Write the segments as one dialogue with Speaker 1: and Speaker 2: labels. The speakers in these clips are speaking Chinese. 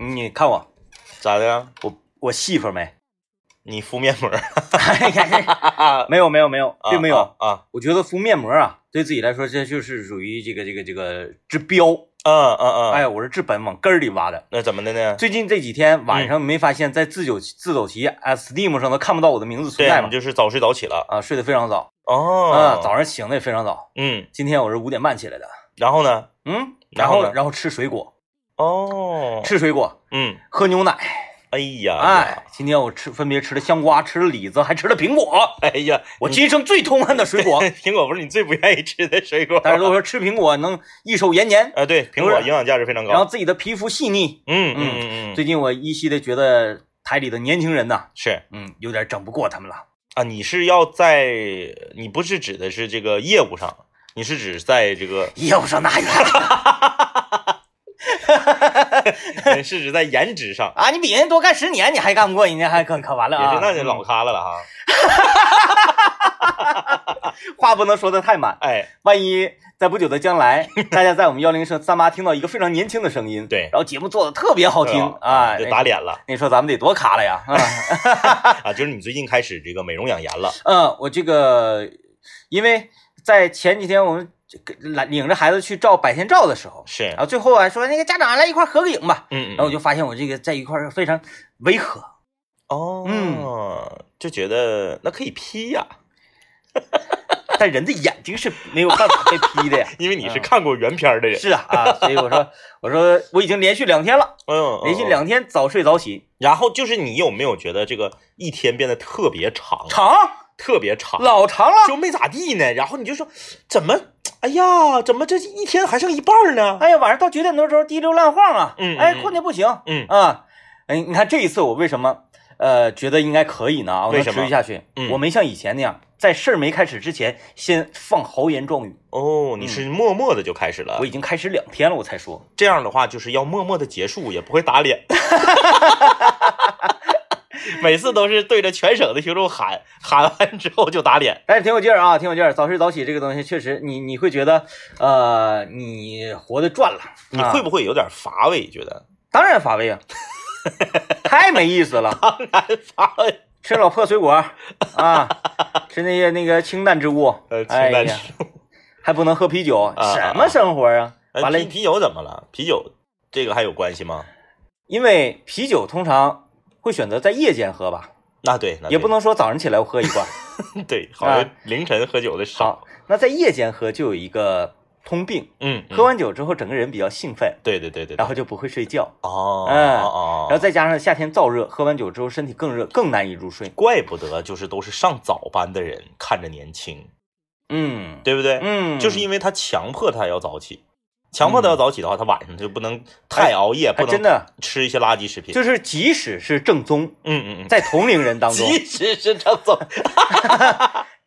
Speaker 1: 嗯你看我，
Speaker 2: 咋的呀？
Speaker 1: 我我戏份没？
Speaker 2: 你敷面膜？
Speaker 1: 没有没有没有，并没有。
Speaker 2: 啊啊
Speaker 1: 我觉得敷面膜啊，对自己来说，这就是属于这个这个这个治标。
Speaker 2: 啊啊啊！
Speaker 1: 哎，我是治本，往根儿里挖的。
Speaker 2: 那怎么的呢？
Speaker 1: 最近这几天晚
Speaker 2: 嗯
Speaker 1: 上没发现，在自走自走棋啊 Steam 上都看不到我的名字存
Speaker 2: 对
Speaker 1: 在
Speaker 2: 啊，
Speaker 1: 吗
Speaker 2: 你？就是早睡早起了。
Speaker 1: 啊，睡得非常早啊
Speaker 2: 哦，，
Speaker 1: 早上醒的也非常早。
Speaker 2: 嗯，
Speaker 1: 今天我是五点半起来的，
Speaker 2: 然后呢？
Speaker 1: 嗯，
Speaker 2: 然
Speaker 1: 然
Speaker 2: 后
Speaker 1: 后
Speaker 2: 呢
Speaker 1: 然后吃水果，
Speaker 2: 哦，
Speaker 1: 吃水果，
Speaker 2: 嗯，
Speaker 1: 喝牛奶。
Speaker 2: 哎呀，
Speaker 1: 哎，今天我吃分别吃了香瓜，吃了李子，还吃了苹果，
Speaker 2: 哎呀，
Speaker 1: 我今生最痛恨的水果。
Speaker 2: 苹果不是你最不愿意吃的水果。
Speaker 1: 大家都说吃苹果能益寿延年，
Speaker 2: 啊，对，苹
Speaker 1: 不
Speaker 2: 果
Speaker 1: 是
Speaker 2: 营养价值非常
Speaker 1: 然后
Speaker 2: 高。
Speaker 1: 自己的皮肤细腻。
Speaker 2: 嗯
Speaker 1: 嗯
Speaker 2: 嗯嗯嗯，
Speaker 1: 最近我依稀的觉得台里的年轻人呐，
Speaker 2: 是
Speaker 1: 嗯，有点整不过他们了。
Speaker 2: 啊，你是要在，你不是指的是这个业务上，你是指在这个，
Speaker 1: 业务上那有
Speaker 2: 是指在颜值上，
Speaker 1: 啊，你比人家多干十年，你还干不过人家，还可可完了
Speaker 2: 也
Speaker 1: 啊！
Speaker 2: 是那就老咖了了哈。
Speaker 1: 话不能说的太满，
Speaker 2: 哎，
Speaker 1: 万一在不久的将 来，大家在我们幺零三三八听到一个非常年轻的声音，
Speaker 2: 对
Speaker 1: 然后节目做的特别好听
Speaker 2: 对哦
Speaker 1: 啊，
Speaker 2: 就
Speaker 1: 那
Speaker 2: 打脸了
Speaker 1: 你说咱们得多卡了呀？啊
Speaker 2: 啊！就是你最近开始这个美容养颜了，
Speaker 1: 嗯，我这个，因为在前几天我们这个领领着孩子去照百天照的时候，
Speaker 2: 是
Speaker 1: 然，后最后啊说那个家长来一块儿合个影吧，
Speaker 2: 嗯，
Speaker 1: 然后我
Speaker 2: 就
Speaker 1: 就发现我这个在一块儿非常违 和，嗯
Speaker 2: 哦，就觉得那可以 P 呀，
Speaker 1: 但人的眼睛是没有办法被 P 的呀。
Speaker 2: 因为你是看过原片儿的人，
Speaker 1: 嗯是啊啊，所以我说我说我已经连续两天了，
Speaker 2: 嗯，
Speaker 1: 连续
Speaker 2: 嗯。嗯
Speaker 1: 两天早睡早起，
Speaker 2: 然后就是你有没有觉得这个一天变得特别长，
Speaker 1: 长
Speaker 2: 特别长，
Speaker 1: 老长了。
Speaker 2: 就没咋地呢？然后你就说，怎么，哎呀，怎么这一天还剩一半儿呢？
Speaker 1: 哎呀，晚上到九点多的时候滴溜乱晃啊，
Speaker 2: 嗯嗯
Speaker 1: 哎，
Speaker 2: 嗯
Speaker 1: 困的不行
Speaker 2: 嗯
Speaker 1: 啊，哎，你看这一次我为什么呃觉得应该可以呢？啊，我
Speaker 2: 为
Speaker 1: 能
Speaker 2: 什
Speaker 1: 持
Speaker 2: 么
Speaker 1: 续下去，
Speaker 2: 嗯
Speaker 1: 我没像以前那样在事儿没开始之前先放豪言壮语，
Speaker 2: 哦，你是默默的就开始了
Speaker 1: 嗯我，已经开始两天了，我才说，
Speaker 2: 这样的话就是要默默的结束，也不会打 脸。每次都是对着全省的听众喊，喊完之后就打脸。
Speaker 1: 但是挺有劲儿啊，挺有劲儿。早睡早起这个东西确实你，你会觉得呃你活得赚了，
Speaker 2: 你会
Speaker 1: 啊、
Speaker 2: 不会有点乏味？觉得
Speaker 1: 当然乏 味啊，太没意思了。
Speaker 2: 乏味？
Speaker 1: 吃老破水果儿啊，吃那些那个清淡之物，
Speaker 2: 呃，清
Speaker 1: 哎
Speaker 2: 淡
Speaker 1: 呀，
Speaker 2: 吃。
Speaker 1: 还不能喝啤酒，
Speaker 2: 啊
Speaker 1: 什么生活啊？
Speaker 2: 哎
Speaker 1: 完了
Speaker 2: 啤，啤酒怎么了？啤酒这个还有关系吗？
Speaker 1: 因为啤酒通常会选择在夜间喝吧，
Speaker 2: 那对，那
Speaker 1: 也不
Speaker 2: 对
Speaker 1: 能说早上起来我喝一罐。
Speaker 2: 啊对，好像凌晨喝酒的少。
Speaker 1: 好，那在夜间喝就有一个通病，
Speaker 2: 嗯，嗯
Speaker 1: 喝完酒之后整个人比较兴奋，
Speaker 2: 对对对对，对
Speaker 1: 然后就不会睡觉，
Speaker 2: 哦，
Speaker 1: 嗯
Speaker 2: 哦哦，
Speaker 1: 然后再加上夏天燥热，喝完酒之后身体更热，更难以入睡。
Speaker 2: 怪不得就是都是上早班的人看着年轻，
Speaker 1: 嗯，
Speaker 2: 对不对？
Speaker 1: 嗯，
Speaker 2: 就是因为他强迫他要早起，强迫他要早起的话，他晚上就不能太熬夜，不
Speaker 1: 还嗯
Speaker 2: 能
Speaker 1: 哎真的
Speaker 2: 吃一些垃圾食品。
Speaker 1: 就是即使是正宗，
Speaker 2: 嗯嗯嗯，
Speaker 1: 在同龄人当中，啊
Speaker 2: 即使是张 总，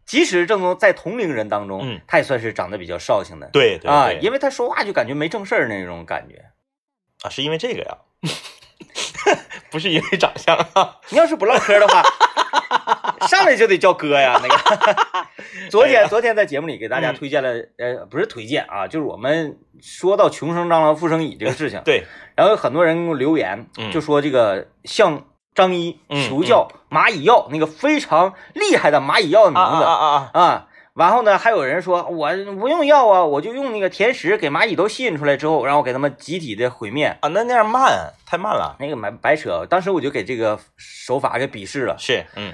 Speaker 1: 即使正宗在同龄人当中，
Speaker 2: 嗯
Speaker 1: 他也算是长得比较绍兴的
Speaker 2: 对对
Speaker 1: 啊，
Speaker 2: 对
Speaker 1: 因为他说话就感觉没正事儿那种感觉。
Speaker 2: 啊，是因为这个呀， 不是因为长相啊。
Speaker 1: 你要是不唠嗑的 话，上来就得叫哥呀。那个， 昨天昨天在节目里给大家
Speaker 2: 嗯
Speaker 1: 推荐了，呃，不是推荐啊，就是我们说到穷生蟑螂富生蚁这个事情，
Speaker 2: 对，
Speaker 1: 然后有很多人给我留言
Speaker 2: 嗯，
Speaker 1: 就说这个像张一、
Speaker 2: 嗯
Speaker 1: 求教、蚂蚁药那个非常厉害的蚂蚁药的
Speaker 2: 啊
Speaker 1: 名字
Speaker 2: 啊啊啊，
Speaker 1: 啊。然后呢，还有人说我不用药啊，我就用那个甜食给蚂蚁都吸引出来之后，然后给它们集体的毁灭。
Speaker 2: 啊那那样慢，太慢了。
Speaker 1: 那个白白扯，当时我就给这个手法给鄙视了。
Speaker 2: 是，嗯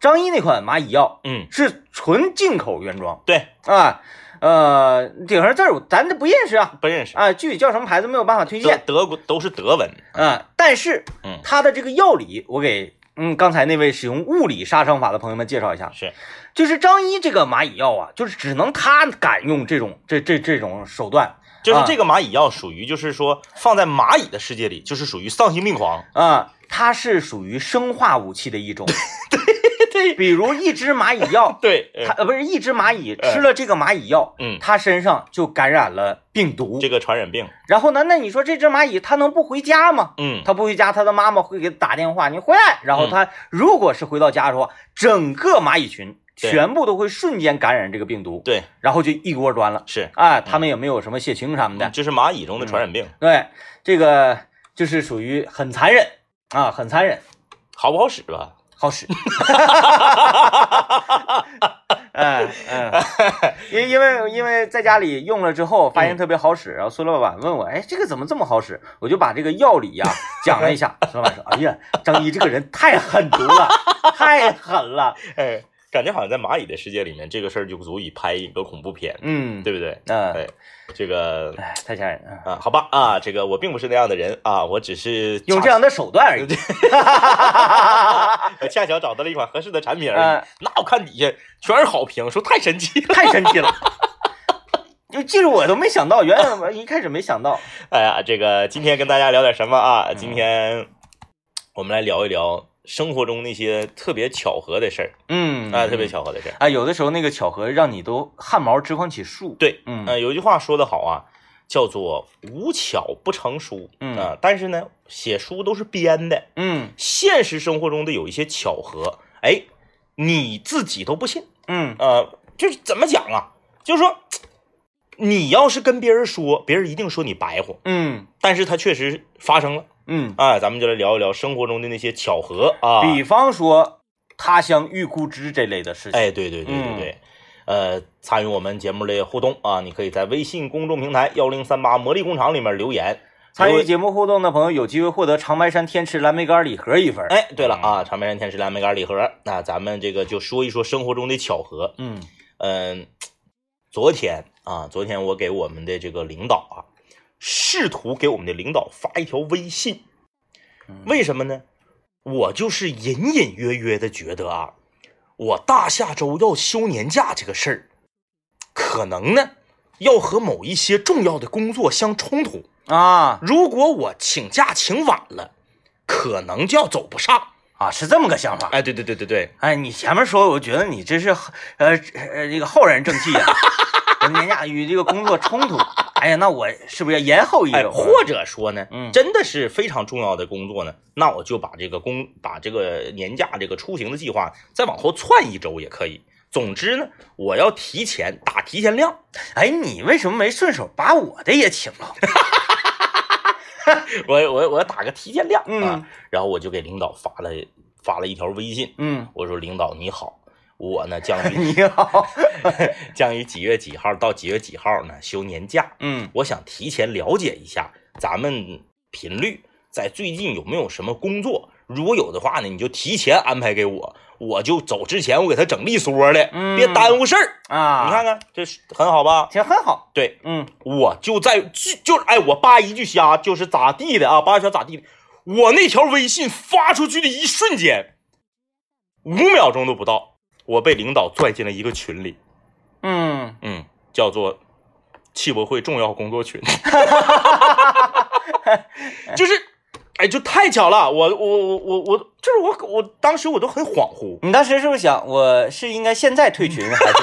Speaker 1: 张一那款蚂蚁药
Speaker 2: 嗯，
Speaker 1: 是纯进口原装
Speaker 2: 对，
Speaker 1: 啊，呃，顶上字儿我咱都不认识啊
Speaker 2: 不认识。
Speaker 1: 啊，具体叫什么牌子没有办法推
Speaker 2: 德
Speaker 1: 荐
Speaker 2: 德国都是德文，
Speaker 1: 啊，但是
Speaker 2: 嗯
Speaker 1: 它的这个药理，我给嗯刚才那位使用物理杀伤法的朋友们介绍一下，
Speaker 2: 是
Speaker 1: 就是张一这个蚂蚁药啊，就是只能他敢用这种这这这种手段
Speaker 2: 就是
Speaker 1: 啊
Speaker 2: 这个蚂蚁药属于就是说放在蚂蚁的世界里，就是属于丧心病狂。，
Speaker 1: 啊，它是属于生化武器的一种，对对，比如一只蚂蚁药
Speaker 2: 对，
Speaker 1: 它呃不是一只蚂蚁
Speaker 2: 呃
Speaker 1: 吃了这个蚂蚁药，
Speaker 2: 嗯
Speaker 1: 它身上就感染了病毒，
Speaker 2: 这个传染病，
Speaker 1: 然后呢，那你说这只蚂蚁它能不回家吗？
Speaker 2: 嗯，
Speaker 1: 它不回家，它的妈妈会给它打电话，你回来。然后它如果是回到家的话，整个蚂蚁群
Speaker 2: 对
Speaker 1: 全部都会瞬间感染这个病毒，
Speaker 2: 对，嗯
Speaker 1: 然后就一锅端了。
Speaker 2: 是，嗯
Speaker 1: 啊，他们也没有什么血清啥么的，
Speaker 2: 就是蚂蚁中的传染病。
Speaker 1: 对，这个就是属于很残忍啊，很残忍，
Speaker 2: 好不好使吧？
Speaker 1: 好 使。嗯
Speaker 2: 哎
Speaker 1: 嗯，因因为因为在家里用了之后
Speaker 2: 嗯
Speaker 1: 发现特别好使，然后孙老板问我，哎，这个怎么这么好使？我就把这个药理 呀、讲了一下。孙老板说，哎呀，张一这个人太狠毒了，太狠了。
Speaker 2: 哎，感觉好像在蚂蚁的世界里面，这个事儿就足以拍一个恐怖片，
Speaker 1: 嗯，
Speaker 2: 对不对？
Speaker 1: 嗯，
Speaker 2: 哎，这个
Speaker 1: 哎，太吓人了，
Speaker 2: 啊，好吧啊，这个我并不是那样的人啊，我只是
Speaker 1: 用
Speaker 2: 恰
Speaker 1: 这样的手段而已。
Speaker 2: 我恰巧找到了一款合适的产 品而
Speaker 1: 嗯
Speaker 2: 已。那我看底下全是好评，说太神奇了。
Speaker 1: 太神奇了。 就记住我都没想到，原来我一开始没想到，
Speaker 2: 哎呀，这个今天跟大家聊点什么啊？
Speaker 1: 嗯
Speaker 2: 今天我们来聊一聊生活中那些特别巧合的事儿
Speaker 1: 嗯
Speaker 2: 啊，特别巧合的事儿。
Speaker 1: 啊，有的时候那个巧合让你都汗毛直狂起竖，
Speaker 2: 对，
Speaker 1: 嗯
Speaker 2: 呃，有一句话说得好啊，叫做“无巧不成书”。
Speaker 1: 嗯
Speaker 2: 啊，但是呢，写书都是编的，
Speaker 1: 嗯
Speaker 2: 现实生活中的有一些巧合，哎，你自己都不信。
Speaker 1: 嗯
Speaker 2: 呃，就是怎么讲啊？就是说，你要是跟别人说，别人一定说你白活，
Speaker 1: 嗯
Speaker 2: 但是它确实发生了
Speaker 1: 嗯，
Speaker 2: 啊。咱们就来聊一聊生活中的那些巧合啊。
Speaker 1: 比方说他乡遇故知这类的事情，
Speaker 2: 哎，对对对对对。呃，参与我们节目的互动啊，你可以在微信公众平台幺零三八魔力工厂里面留言。
Speaker 1: 参
Speaker 2: 留
Speaker 1: 与节目互动的朋友有机会获得长白山天池蓝莓干礼盒一份，，
Speaker 2: 哎，对了啊，长白山天使蓝莓干礼盒，那咱们这个就说一说生活中的巧合。
Speaker 1: 嗯
Speaker 2: 嗯，昨天啊，昨天我给我们的这个领导啊，试图给我们的领导发一条微信，为什么呢？我就是隐隐约约的觉得啊，我大下周要休年假这个事儿，可能呢要和某一些重要的工作相冲突。
Speaker 1: 啊
Speaker 2: 如果我请假请晚了，可能就要走不上。
Speaker 1: 啊是这么个想法，
Speaker 2: 哎，对对对对对，
Speaker 1: 哎，你前面说，我觉得你这是呃呃这个浩然正气呀、 我年假与这个工作冲突，哎呀，那我是不是要延后一
Speaker 2: 哎，
Speaker 1: 周？
Speaker 2: 或者说呢，
Speaker 1: 嗯
Speaker 2: 真的是非常重要的工作呢，那我就把这个工把这个年假这个出行的计划再往后窜一周也可以。总之呢，我要提前打提前量，
Speaker 1: 哎，你为什么没顺手把我的也请了？
Speaker 2: 我我我要打个提前量
Speaker 1: 嗯
Speaker 2: 啊，然后我就给领导发了发了一条微信，
Speaker 1: 嗯，
Speaker 2: 我说领导你好，我呢将于
Speaker 1: 你好，
Speaker 2: 将于几月几号到几月几号呢休年假，
Speaker 1: 嗯
Speaker 2: 我想提前了解一下咱们频率在最近有没有什么工作，如果有的话呢，你就提前安排给我，我就走之前我给他整利索的，
Speaker 1: 嗯
Speaker 2: 别耽误事儿。
Speaker 1: 啊，
Speaker 2: 你看看，这是很好吧？
Speaker 1: 其实很好，
Speaker 2: 对，
Speaker 1: 嗯
Speaker 2: 我就在就就是哎，我扒一句瞎就是咋地的啊，扒一句瞎咋地的。我那条微信发出去的一瞬间，五秒钟都不到，我被领导拽进了一个群里，
Speaker 1: 嗯，
Speaker 2: 嗯，叫做汽博会重要工作群，就是，哎，就太巧了，我我我我我，就是我我当时我都很恍惚，
Speaker 1: 你当时是不是想我是应该现在退 群还是？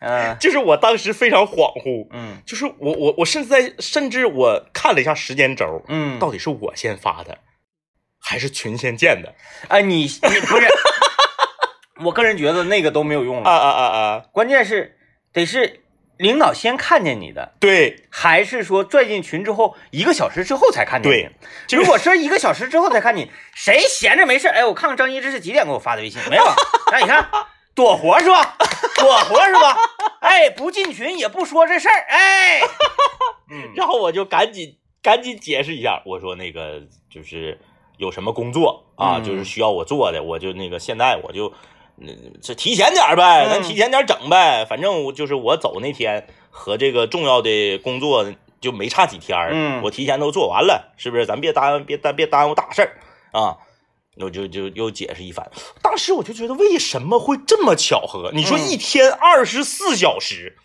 Speaker 1: 嗯
Speaker 2: 就是我当时非常恍惚，
Speaker 1: 嗯
Speaker 2: 就是我我我甚至在甚至我看了一下时间轴，
Speaker 1: 嗯，
Speaker 2: 到底是我先发的，还是群先建的？
Speaker 1: 哎，你你不是，我个人觉得那个都没有用
Speaker 2: 啊
Speaker 1: 了，
Speaker 2: 啊啊啊！
Speaker 1: 关键是得是领导先看见你的。
Speaker 2: 对
Speaker 1: 还是说拽进群之后一个小时之后才看见你？
Speaker 2: 对， 这个
Speaker 1: 如果说一个小时之后才看你，谁闲着没事儿？哎，我看看张一这是几点给我发的微信？没 有啊？那你看，躲活是吧？ 躲活是吧？哎，不进群也不说这事儿，哎，嗯
Speaker 2: 然后我就赶紧赶紧解释一下，我说那个就是有什么工作啊，
Speaker 1: 嗯
Speaker 2: 就是需要我做的，我就那个现在我就，嗯，这提前点儿呗，
Speaker 1: 嗯
Speaker 2: 咱提前点儿整呗，反正我就是我走那天和这个重要的工作就没差几天儿，
Speaker 1: 嗯
Speaker 2: 我提前都做完了，是不是？咱别耽别耽别耽误大事儿啊。我就就又解释一番，当时我就觉得为什么会这么巧合？你说
Speaker 1: 嗯
Speaker 2: 一天二十四小时，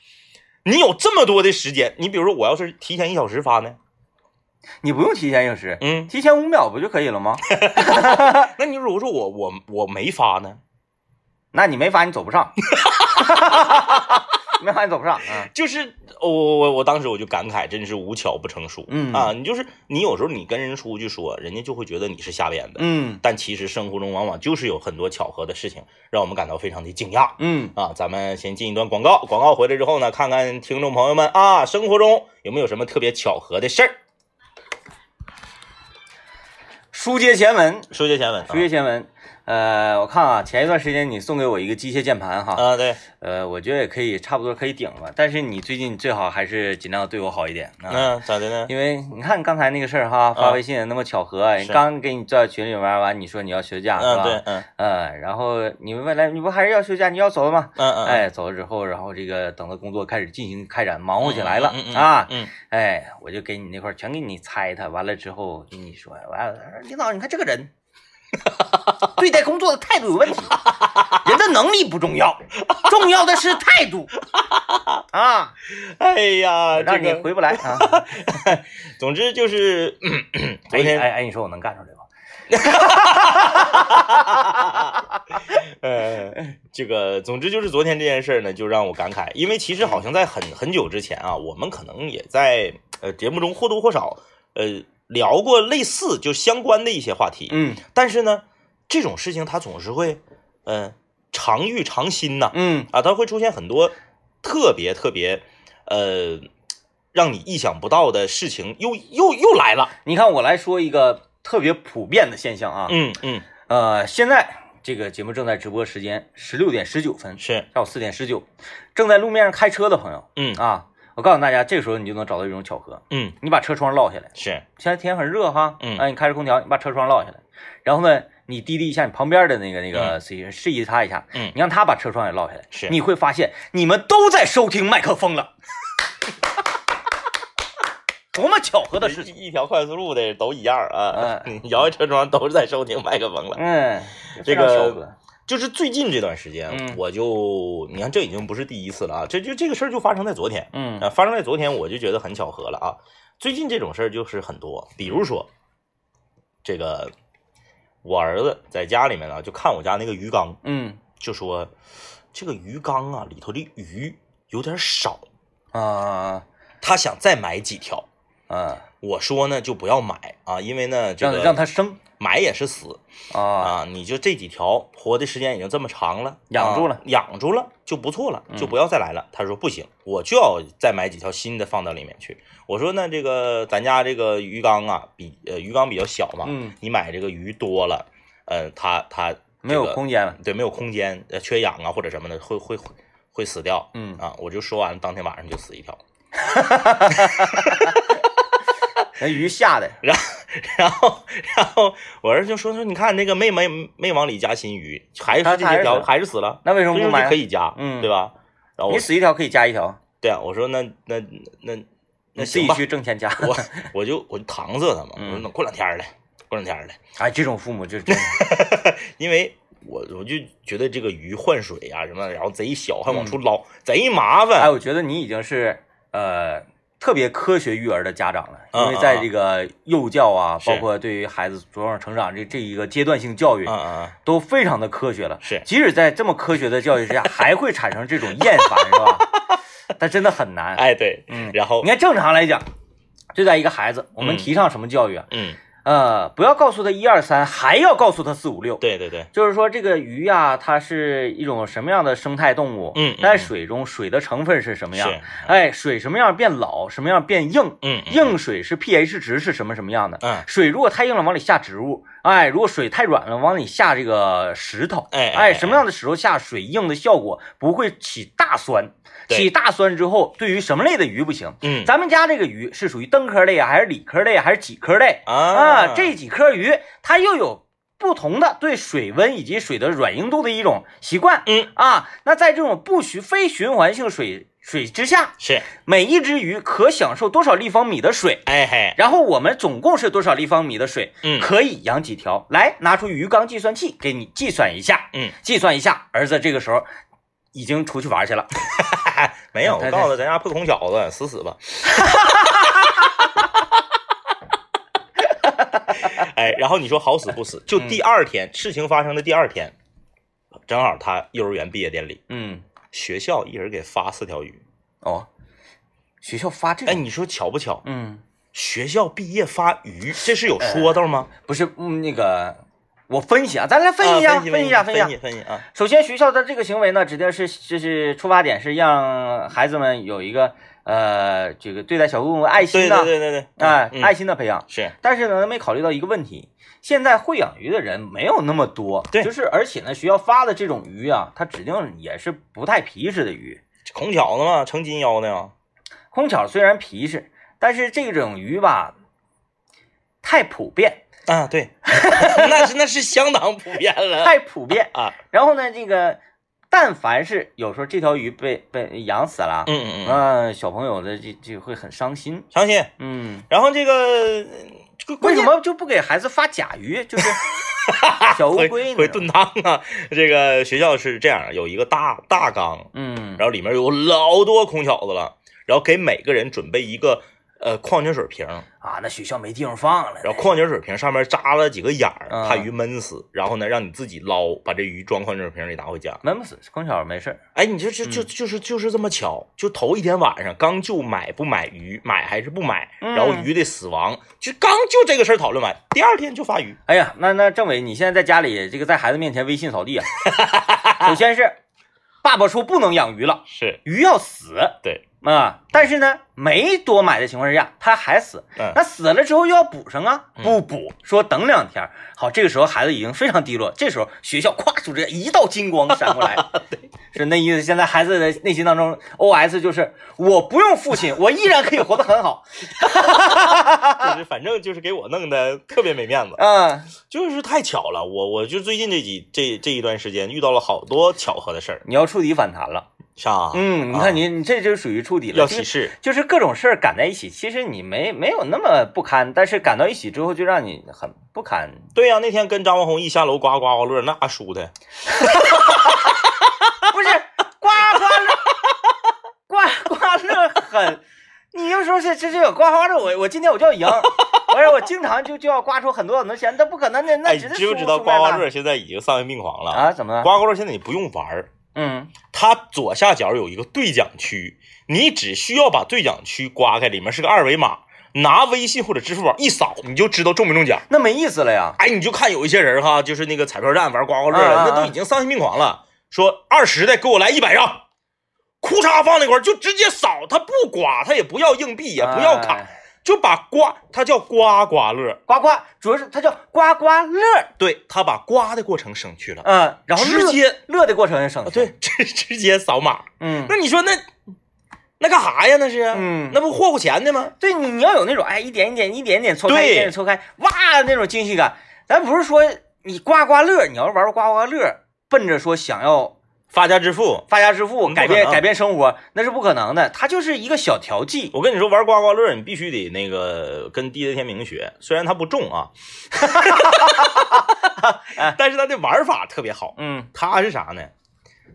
Speaker 2: 你有这么多的时间，你比如说我要是提前一小时发呢，
Speaker 1: 你不用提前一时，
Speaker 2: 嗯，
Speaker 1: 提前五秒不就可以了吗？
Speaker 2: 那你如果说我我我没发呢，
Speaker 1: 那你没法，你走不 上，没法你走不上，嗯
Speaker 2: 就是我我我我当时我就感慨，真是无巧不成书，
Speaker 1: 嗯
Speaker 2: 啊，你就是你有时候你跟人出去说，人家就会觉得你是瞎编的，
Speaker 1: 嗯
Speaker 2: 但其实生活中往往就是有很多巧合的事情，让我们感到非常的惊讶。
Speaker 1: 嗯
Speaker 2: 啊，咱们先进一段广告，广告回来之后呢，看看听众朋友们啊，生活中有没有什么特别巧合的事儿。
Speaker 1: 书接前文，
Speaker 2: 书接前文，
Speaker 1: 书接前文，呃，我看啊，前一段时间你送给我一个机械键盘哈，
Speaker 2: 啊，对，
Speaker 1: 呃，我觉得也可以，差不多可以顶了。但是你最近最好还是尽量对我好一点啊，
Speaker 2: 嗯，咋的呢？
Speaker 1: 因为你看刚才那个事儿哈，发微信那么巧合，
Speaker 2: 是
Speaker 1: 刚给你叫群里玩完，你说你要休假是
Speaker 2: 嗯，
Speaker 1: 吧？
Speaker 2: 对，嗯，
Speaker 1: 嗯，然后你们未来你不还是要休假，你要走了吗？
Speaker 2: 嗯嗯，
Speaker 1: 哎，走了之后，然后这个等到工作开始进行开展，忙活起来了、
Speaker 2: 嗯嗯嗯
Speaker 1: 啊，
Speaker 2: 嗯，
Speaker 1: 哎，我就给你那块儿全给你猜它，完了之后跟你说，完了，领导你看这个 人，对待工作的态度有问题，人的能力不重要，重要的是态 度啊，
Speaker 2: 哎呀，这
Speaker 1: 让你
Speaker 2: 个，
Speaker 1: 回不来啊。
Speaker 2: 总 之就是， 昨
Speaker 1: 哎哎
Speaker 2: 天，
Speaker 1: 哎，你说我能干出来吗？哎
Speaker 2: 呃，这个，总之就是昨天这件事儿呢，就让我感慨，因为其实好像在很很久之前啊，我们可能也在呃节目中或多或少呃聊过类似就相关的一些话题，
Speaker 1: 嗯
Speaker 2: 但是呢，这种事情它总是会，嗯、常遇常新呐、
Speaker 1: 嗯
Speaker 2: 啊，它会出现很多特别特别，呃，让你意想不到的事情又又又来了。
Speaker 1: 你看我来说一个特别普遍的现象啊，
Speaker 2: 嗯嗯，
Speaker 1: 呃，现在这个节目正在直播时间十六点十九分，
Speaker 2: 嗯是，
Speaker 1: 下午四点十九，正在路面上开车的朋友
Speaker 2: 嗯
Speaker 1: 啊，我告诉大家，这个时候你就能找到一种巧合，
Speaker 2: 嗯
Speaker 1: 你把车窗落下来，
Speaker 2: 是，
Speaker 1: 现在天很热哈，
Speaker 2: 嗯
Speaker 1: 哎，你开着空调，你把车窗落下来，然后呢，你滴滴一下你旁边的那个那个司机，示意他一下，
Speaker 2: 嗯
Speaker 1: 你让他把车窗也落下来，
Speaker 2: 是
Speaker 1: 你会发现你们都在收听麦克风了，多么巧合的事情，
Speaker 2: 一一条快速路的都一样啊，
Speaker 1: 嗯
Speaker 2: 摇下车窗都是在收听麦克风了。
Speaker 1: 嗯，非
Speaker 2: 这
Speaker 1: 常
Speaker 2: 个
Speaker 1: 巧合，
Speaker 2: 就是最近这段时间，
Speaker 1: 嗯
Speaker 2: 我就你看这已经不是第一次了啊，这就这个事儿就发生在昨天，
Speaker 1: 嗯
Speaker 2: 啊，发生在昨天，我就觉得很巧合了啊。最近这种事儿就是很多，比如说，这个我儿子在家里面呢，就看我家那个鱼缸，
Speaker 1: 嗯
Speaker 2: 就说这个鱼缸啊里头的鱼有点少，呃
Speaker 1: 啊
Speaker 2: 他想再买几条。
Speaker 1: 啊，
Speaker 2: 我说呢就不要买啊，因为呢这
Speaker 1: 让
Speaker 2: 个
Speaker 1: 让他生
Speaker 2: 买也是死
Speaker 1: 啊，
Speaker 2: 啊，你就这几条活的时间已经这么长了，
Speaker 1: 养住
Speaker 2: 啊
Speaker 1: 了嗯
Speaker 2: 养住了就不错了，就不要再来了。他说不行，我就要再买几条新的放到里面去。我说那这个咱家这个鱼缸啊，比呃鱼缸比较小嘛，
Speaker 1: 嗯，
Speaker 2: 你买这个鱼多了，呃，它它、这个
Speaker 1: 没有空间了，
Speaker 2: 对，没有空间，呃，缺氧啊或者什么的，会会会会死掉。
Speaker 1: 嗯
Speaker 2: 啊，我就说完，当天晚上就死一条。
Speaker 1: 那鱼吓的，
Speaker 2: 然后，然后我儿子就说说，你看那个没没没往里加新鱼，还是
Speaker 1: 他
Speaker 2: 这
Speaker 1: 还
Speaker 2: 些
Speaker 1: 是
Speaker 2: 条，
Speaker 1: 死
Speaker 2: 还是死了。
Speaker 1: 那为什
Speaker 2: 这
Speaker 1: 么
Speaker 2: 就
Speaker 1: 不
Speaker 2: 是
Speaker 1: 买？
Speaker 2: 可，以加，
Speaker 1: 嗯
Speaker 2: 对吧？然后我
Speaker 1: 你死一条可以加一条，
Speaker 2: 对啊，我说那那那那那
Speaker 1: 你自
Speaker 2: 行
Speaker 1: 己
Speaker 2: 吧，
Speaker 1: 去挣 钱加。
Speaker 2: 我我就我就搪塞他嘛，我
Speaker 1: 嗯
Speaker 2: 说那过两天儿来，过两天儿来，
Speaker 1: 哎，这种父母就是真的
Speaker 2: 因为我我就觉得这个鱼换水啊什么的，然后贼小，还往出捞，贼麻
Speaker 1: 嗯哎，
Speaker 2: 烦。
Speaker 1: 我觉得你已经是呃特别科学育儿的家长了，
Speaker 2: 嗯
Speaker 1: 因为在这个幼教啊，
Speaker 2: 是
Speaker 1: 包括对于孩子茁壮成长这这一个阶段性教育
Speaker 2: 啊，啊，
Speaker 1: 都非常的科学了。
Speaker 2: 是
Speaker 1: 即使在这么科学的教育之下，还会产生这种厌烦，是吧？但真的很难。
Speaker 2: 哎对，
Speaker 1: 嗯
Speaker 2: 然后
Speaker 1: 你看，正常来讲，对待一个孩子，我们
Speaker 2: 嗯
Speaker 1: 提倡什么教育啊？
Speaker 2: 嗯，
Speaker 1: 呃，不要告诉他一二三，还要告诉他四五六。
Speaker 2: 对对对，
Speaker 1: 就是说，这个鱼呀、它是一种什么样的生态动物？
Speaker 2: 嗯嗯
Speaker 1: 在水中，水的成分是什么样
Speaker 2: 是？
Speaker 1: 哎，水什么样变老，什么样变硬？
Speaker 2: 嗯嗯
Speaker 1: 硬水是 pH 值是什么什么样的？
Speaker 2: 嗯
Speaker 1: 水如果太硬了，往里下植物；哎，如果水太软了，往里下这个石头。
Speaker 2: 哎哎
Speaker 1: 哎，什么样的石头下水硬的效果不会起大酸？
Speaker 2: 对
Speaker 1: 起大酸之后，对于什么类的鱼不行？
Speaker 2: 嗯
Speaker 1: 咱们家这个鱼是属于灯科类啊，还是理科类啊，还是几科类？
Speaker 2: 啊
Speaker 1: 啊，这几颗鱼它又有不同的对水温以及水的软硬度的一种习惯。
Speaker 2: 嗯
Speaker 1: 啊，那在这种不循非循环性水水之下，
Speaker 2: 是
Speaker 1: 每一只鱼可享受多少立方米的水？
Speaker 2: 哎嘿，
Speaker 1: 然后我们总共是多少立方米的水？
Speaker 2: 嗯
Speaker 1: 可以养几条？来，拿出鱼缸计算器给你计算一下。
Speaker 2: 嗯，
Speaker 1: 计算一下。儿子这个时候已经出去玩去了。
Speaker 2: 没有，
Speaker 1: 对对
Speaker 2: 我告诉他咱家破孔小子，死死吧。哎，然后你说好死不死，
Speaker 1: 嗯
Speaker 2: 就第二天、事情发生的第二天，正好他幼儿园毕业典礼，
Speaker 1: 嗯，
Speaker 2: 学校一人给发四条鱼。
Speaker 1: 哦，学校发这
Speaker 2: 哎，
Speaker 1: 种，
Speaker 2: 你说巧不巧？
Speaker 1: 嗯，
Speaker 2: 学校毕业发鱼，这是有说道吗？
Speaker 1: 不是，嗯，那个我分析啊，咱来分析一下，
Speaker 2: 啊分
Speaker 1: 一下，
Speaker 2: 分
Speaker 1: 一下
Speaker 2: 析。分析啊。
Speaker 1: 首先，学校的这个行为呢，指定是就是出发点是让孩子们有一个呃，这个对待小动物爱
Speaker 2: 对
Speaker 1: 心
Speaker 2: 对
Speaker 1: 呐，
Speaker 2: 对对对，
Speaker 1: 哎，
Speaker 2: 嗯
Speaker 1: 爱心的培养。
Speaker 2: 是
Speaker 1: 但是呢，他没考虑到一个问题，现在会养鱼的人没有那么多，
Speaker 2: 对
Speaker 1: 就是而且呢，学校发的这种鱼啊，它指定也是不太皮实的鱼。
Speaker 2: 孔巧子嘛，成金腰的呀，
Speaker 1: 空巧虽然皮实，但是这种鱼吧，太普遍，
Speaker 2: 啊，对， 那是那是相当普遍了
Speaker 1: 太普遍。
Speaker 2: 啊，
Speaker 1: 然后呢，这个但凡是有时候这条鱼被被养死了，
Speaker 2: 嗯嗯嗯，
Speaker 1: 那、小朋友的这这会很伤心。
Speaker 2: 伤心。
Speaker 1: 嗯，
Speaker 2: 然后这个这个
Speaker 1: 为
Speaker 2: 关
Speaker 1: 什
Speaker 2: 键
Speaker 1: 么就不给孩子发甲鱼？ 就是小乌
Speaker 2: 回
Speaker 1: 龟
Speaker 2: 回
Speaker 1: 呢？
Speaker 2: 炖汤啊？这个学校是这样，有一个大大缸，
Speaker 1: 嗯
Speaker 2: 然后里面有老多空巧子了，然后给每个人准备一个呃矿泉水瓶，
Speaker 1: 啊，那学校没地方放了。
Speaker 2: 然后矿泉水瓶上面扎了几个眼儿，
Speaker 1: 啊
Speaker 2: 怕鱼闷死。然后呢，让你自己捞，把这鱼装矿泉水瓶里拿回家。
Speaker 1: 闷不死，空巧没事儿。
Speaker 2: 哎，你就就就就是就是这么巧，就头一天晚上刚就买不买鱼，买还是不买，
Speaker 1: 嗯
Speaker 2: 然后鱼的死亡，就刚就这个事儿讨论完，第二天就发鱼。
Speaker 1: 哎呀，那那政委，你现在在家里这个在孩子面前微信扫 地啊？首先是爸爸说不能养鱼了，
Speaker 2: 是
Speaker 1: 鱼要死
Speaker 2: 对，
Speaker 1: 啊、但是呢，没多买的情况下，它还死。
Speaker 2: 嗯
Speaker 1: 那死了之后又要补上啊，
Speaker 2: 嗯
Speaker 1: 不补，说等两天。好，这个时候孩子已经非常低落，这时候学校咵就这一道金光闪 过来，是那意思。现在孩子的内心当中 O S 就是我不用父亲，我依然可以活得很好。
Speaker 2: 就是反正就是给我弄的特别没面子，
Speaker 1: 嗯
Speaker 2: 就是太巧了。我我就最近这几这这一段时间遇到了好多巧合的事儿，
Speaker 1: 你要触底反弹了，
Speaker 2: 是吧？
Speaker 1: 嗯，你
Speaker 2: 啊
Speaker 1: 看你你这就属于触底了，
Speaker 2: 要
Speaker 1: 就是
Speaker 2: 喜事，
Speaker 1: 就是各种事儿赶在一起，其实你没没有那么不堪，但是赶到一起之后就让你很不堪。
Speaker 2: 对呀、那天跟张文宏一下楼呱呱呱乐，那输的，
Speaker 1: 不是，刮刮乐，刮刮乐很，你就说是这这有刮刮乐，我我今天我就要赢，我说我经常就就要刮出很多很多钱，那不可能的，那那
Speaker 2: 哎，你
Speaker 1: 只是
Speaker 2: 知不
Speaker 1: 输
Speaker 2: 知道
Speaker 1: 出
Speaker 2: 刮
Speaker 1: 来
Speaker 2: 刮
Speaker 1: 的
Speaker 2: 乐现在已经丧心病狂了？
Speaker 1: 啊？怎么了？
Speaker 2: 刮刮乐现在你不用玩儿，
Speaker 1: 嗯，
Speaker 2: 它左下角有一个兑奖区，你只需要把兑奖区刮开，里面是个二维码，拿微信或者支付宝一扫，你就知道中没中奖。
Speaker 1: 那没意思了呀。
Speaker 2: 哎，你就看有一些人哈，就是那个彩票站玩刮刮乐
Speaker 1: 啊啊啊
Speaker 2: 的，那都已经丧心病狂了，说二十的给我来一百张。裤衩放那块儿就直接扫，他不刮，他也不要硬币，也不要卡，
Speaker 1: 哎
Speaker 2: 就把刮，他叫刮刮乐，
Speaker 1: 刮刮，主要是它叫刮刮乐，
Speaker 2: 对他把刮的过程省去了，
Speaker 1: 嗯，然后
Speaker 2: 直
Speaker 1: 乐
Speaker 2: 接
Speaker 1: 乐的过程也省
Speaker 2: 啊
Speaker 1: 去，
Speaker 2: 对，直直接扫码。
Speaker 1: 嗯
Speaker 2: 那你说那那干啥呀？那是，
Speaker 1: 嗯
Speaker 2: 那不霍霍钱的吗？
Speaker 1: 对你，你要有那种哎，一点一点、一点点搓开，
Speaker 2: 对
Speaker 1: 一点点搓开，哇，那种惊喜感。咱不是说你刮刮乐，你要是玩刮刮乐，奔着说想要
Speaker 2: 发家致富，
Speaker 1: 发家致富、
Speaker 2: 嗯
Speaker 1: 改
Speaker 2: 不可
Speaker 1: 变
Speaker 2: 能
Speaker 1: 改变生活，那是不可能的。它就是一个小调剂，
Speaker 2: 我跟你说，玩刮刮乐你必须得那个跟地雷天明学，虽然他不中啊，但是他的玩法特别好。
Speaker 1: 嗯。
Speaker 2: 他是啥呢？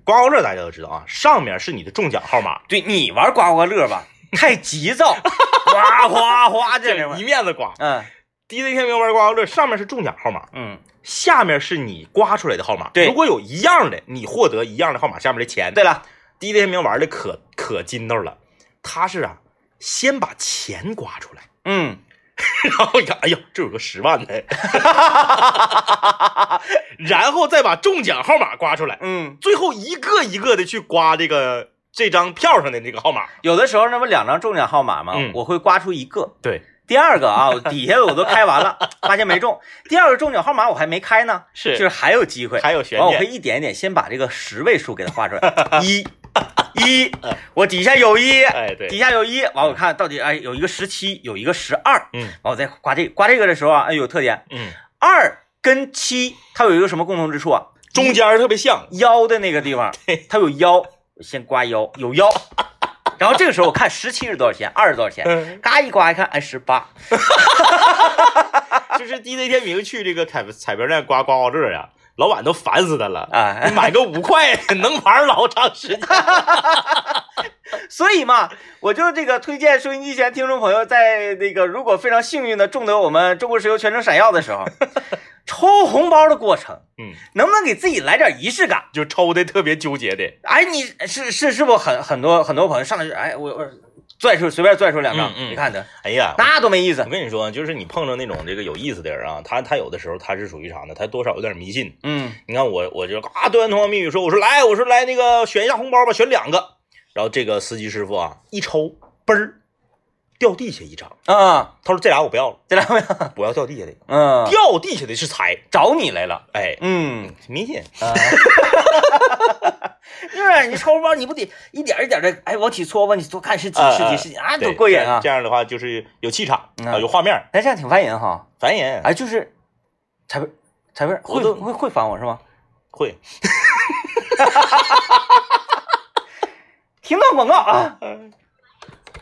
Speaker 2: 刮刮乐大家都知道啊，上面是你的中奖号码，
Speaker 1: 对你玩刮刮乐 吧，太急躁，哗哗哗这
Speaker 2: 一面子刮。
Speaker 1: 嗯
Speaker 2: 地雷天明玩刮刮乐，上面是中奖号码，
Speaker 1: 嗯，
Speaker 2: 下面是你刮出来的号码。
Speaker 1: 对
Speaker 2: 如果有一样的，你获得一样的号码下面的钱。
Speaker 1: 对了，
Speaker 2: 第一天明玩的可可筋道了，他是啊，先把钱刮出来，
Speaker 1: 嗯，
Speaker 2: 然后一看，哎呀，这有个十万的， 然后再把中奖号码刮出来，
Speaker 1: 嗯，
Speaker 2: 最后一个一个的去刮这个这张票上的这个号码。
Speaker 1: 有的时候那不两张中奖号码吗？
Speaker 2: 嗯
Speaker 1: 我会刮出一个，
Speaker 2: 对，
Speaker 1: 第二个 啊，我底下的我都开完了，发现没中。第二个中奖号码我还没开呢，
Speaker 2: 是
Speaker 1: 就是还有机会，
Speaker 2: 还有悬
Speaker 1: 完我会
Speaker 2: 念，
Speaker 1: 一点一点先把这个十位数给它画出 来，一，一，我底下有一，
Speaker 2: 哎，对，
Speaker 1: 底下有一，完我看到底哎有一个十七，有一个十二，
Speaker 2: 嗯
Speaker 1: 完我再刮这个，刮这个的时候啊，哎有特点，
Speaker 2: 嗯，
Speaker 1: 二跟七它有一个什么共同之处啊？
Speaker 2: 中间儿特别像，
Speaker 1: 腰的那个地方，它有腰，我先刮腰，有腰，然后这个时候我看十七是多少钱，二是多少钱，
Speaker 2: 嗯，
Speaker 1: 嘎一刮一看，哎十八，
Speaker 2: 就是地雷天明去这个彩彩票站刮刮刮乐呀、啊老板都烦死他了。
Speaker 1: 啊，
Speaker 2: 你买个五块的能玩老长时间，
Speaker 1: 所以嘛，我就这个推荐收音机前听众朋友，在那个如果非常幸运的中得我们中国石油全程闪耀的时 候，抽红包的过程，
Speaker 2: 嗯，
Speaker 1: 能不能给自己来点仪式感？
Speaker 2: 就抽的特别纠结的。
Speaker 1: 哎，你是是是不是很很多很多朋友上来就哎我我拽出随便拽出两张，
Speaker 2: 嗯嗯
Speaker 1: 你看的
Speaker 2: 哎呀，
Speaker 1: 那多没意
Speaker 2: 我
Speaker 1: 思。
Speaker 2: 跟你说，就是你碰着那种这个有意思的人啊，他他有的时候他是属于啥呢？他多少有点迷信。
Speaker 1: 嗯
Speaker 2: 你看我，我就啊，端同言蜜语说，我说来，我说来那个选一下红包吧，选两个。然后这个司机师傅啊，一抽，嘣儿掉地下一张。
Speaker 1: 啊，
Speaker 2: 他说这俩我不要了，
Speaker 1: 这两位，
Speaker 2: 不要掉地下的，
Speaker 1: 嗯，
Speaker 2: 掉地下的是财。
Speaker 1: 找你来了，
Speaker 2: 哎，
Speaker 1: 嗯，
Speaker 2: 明 显
Speaker 1: 是你抽包你不得一点一点的，哎，往起搓，往起搓，看是几
Speaker 2: 啊
Speaker 1: 是
Speaker 2: 啊
Speaker 1: 几是几啊，
Speaker 2: 对
Speaker 1: 多过瘾啊
Speaker 2: 这！样的话就是有气场
Speaker 1: 嗯
Speaker 2: 啊，有画面，
Speaker 1: 哎，这样挺烦人哈，
Speaker 2: 烦人。
Speaker 1: 哎，就是，彩贝彩贝
Speaker 2: 我
Speaker 1: 会
Speaker 2: 都
Speaker 1: 会会烦我是吗？
Speaker 2: 会，
Speaker 1: 听到广告啊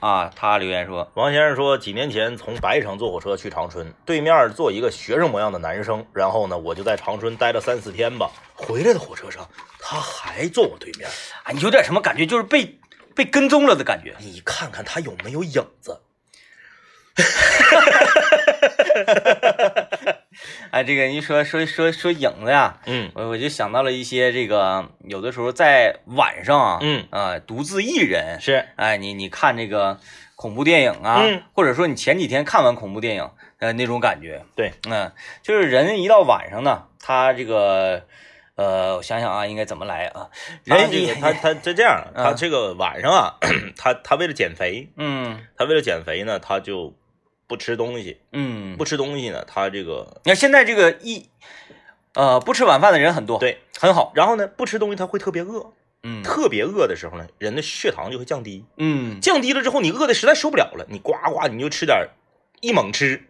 Speaker 1: 啊！他留言说，
Speaker 2: 王先生说，几年前从白城坐火车去长春，对面坐一个学生模样的男生，然后呢，我就在长春待了三四天吧。回来的火车上，他还坐我对面，
Speaker 1: 啊，你有点什么感觉？就是被被跟踪了的感觉。
Speaker 2: 你看看他有没有影子？
Speaker 1: 哎，这个你说说说说影子呀，
Speaker 2: 嗯
Speaker 1: 我我就想到了一些这个，有的时候在晚上啊，
Speaker 2: 嗯，
Speaker 1: 啊、独自一人，
Speaker 2: 是，
Speaker 1: 哎，你你看这个恐怖电影啊，
Speaker 2: 嗯
Speaker 1: 或者说你前几天看完恐怖电影，呃，那种感觉，
Speaker 2: 对，
Speaker 1: 嗯、就是人一到晚上呢，他这个，呃，我想想啊，应该怎么来啊，
Speaker 2: 他
Speaker 1: 人
Speaker 2: 这
Speaker 1: 一
Speaker 2: 个他他他这样，
Speaker 1: 嗯
Speaker 2: 他这个晚上啊，他他为了减肥，
Speaker 1: 嗯
Speaker 2: 他为了减肥呢，他就不吃东西，
Speaker 1: 嗯，
Speaker 2: 不吃东西呢，他这个
Speaker 1: 你看现在这个一，呃，不吃晚饭的人很多，，
Speaker 2: 对，
Speaker 1: 很好，
Speaker 2: 然后呢，不吃东西他会特别饿，
Speaker 1: 嗯
Speaker 2: 特别饿的时候呢，人的血糖就会降低，
Speaker 1: 嗯，
Speaker 2: 降低了之后，你饿的实在受不了了，你呱呱你就吃点儿，一猛吃，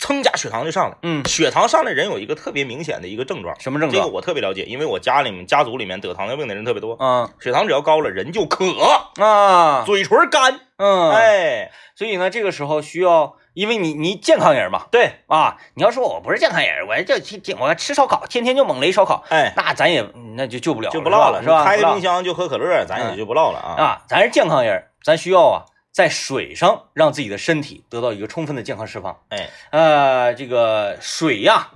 Speaker 2: 噌加血糖就上来。
Speaker 1: 嗯
Speaker 2: 血糖上来，人有一个特别明显的一个症状，嗯
Speaker 1: 什么症
Speaker 2: 这个
Speaker 1: 状？
Speaker 2: 我特别了解，因为我家里面家族里面得糖尿病的人特别多，
Speaker 1: 啊
Speaker 2: 血糖只要高了，人就渴，
Speaker 1: 啊，
Speaker 2: 嘴唇干，
Speaker 1: 嗯，
Speaker 2: 哎，
Speaker 1: 所以呢，这个时候需要，因为你你健康人嘛，
Speaker 2: 对，
Speaker 1: 啊，你要说我不是健康人，我就天天我吃烧烤，天天就猛雷烧烤，
Speaker 2: 哎，
Speaker 1: 那咱也那就救不了，
Speaker 2: 就不唠了，
Speaker 1: 是吧？
Speaker 2: 开
Speaker 1: 不
Speaker 2: 个
Speaker 1: 唠
Speaker 2: 冰箱就喝可乐，咱也就不唠了啊。
Speaker 1: 啊，咱是健康人，咱需要啊，在水上让自己的身体得到一个充分的健康释放。
Speaker 2: 哎，
Speaker 1: 呃，这个水呀、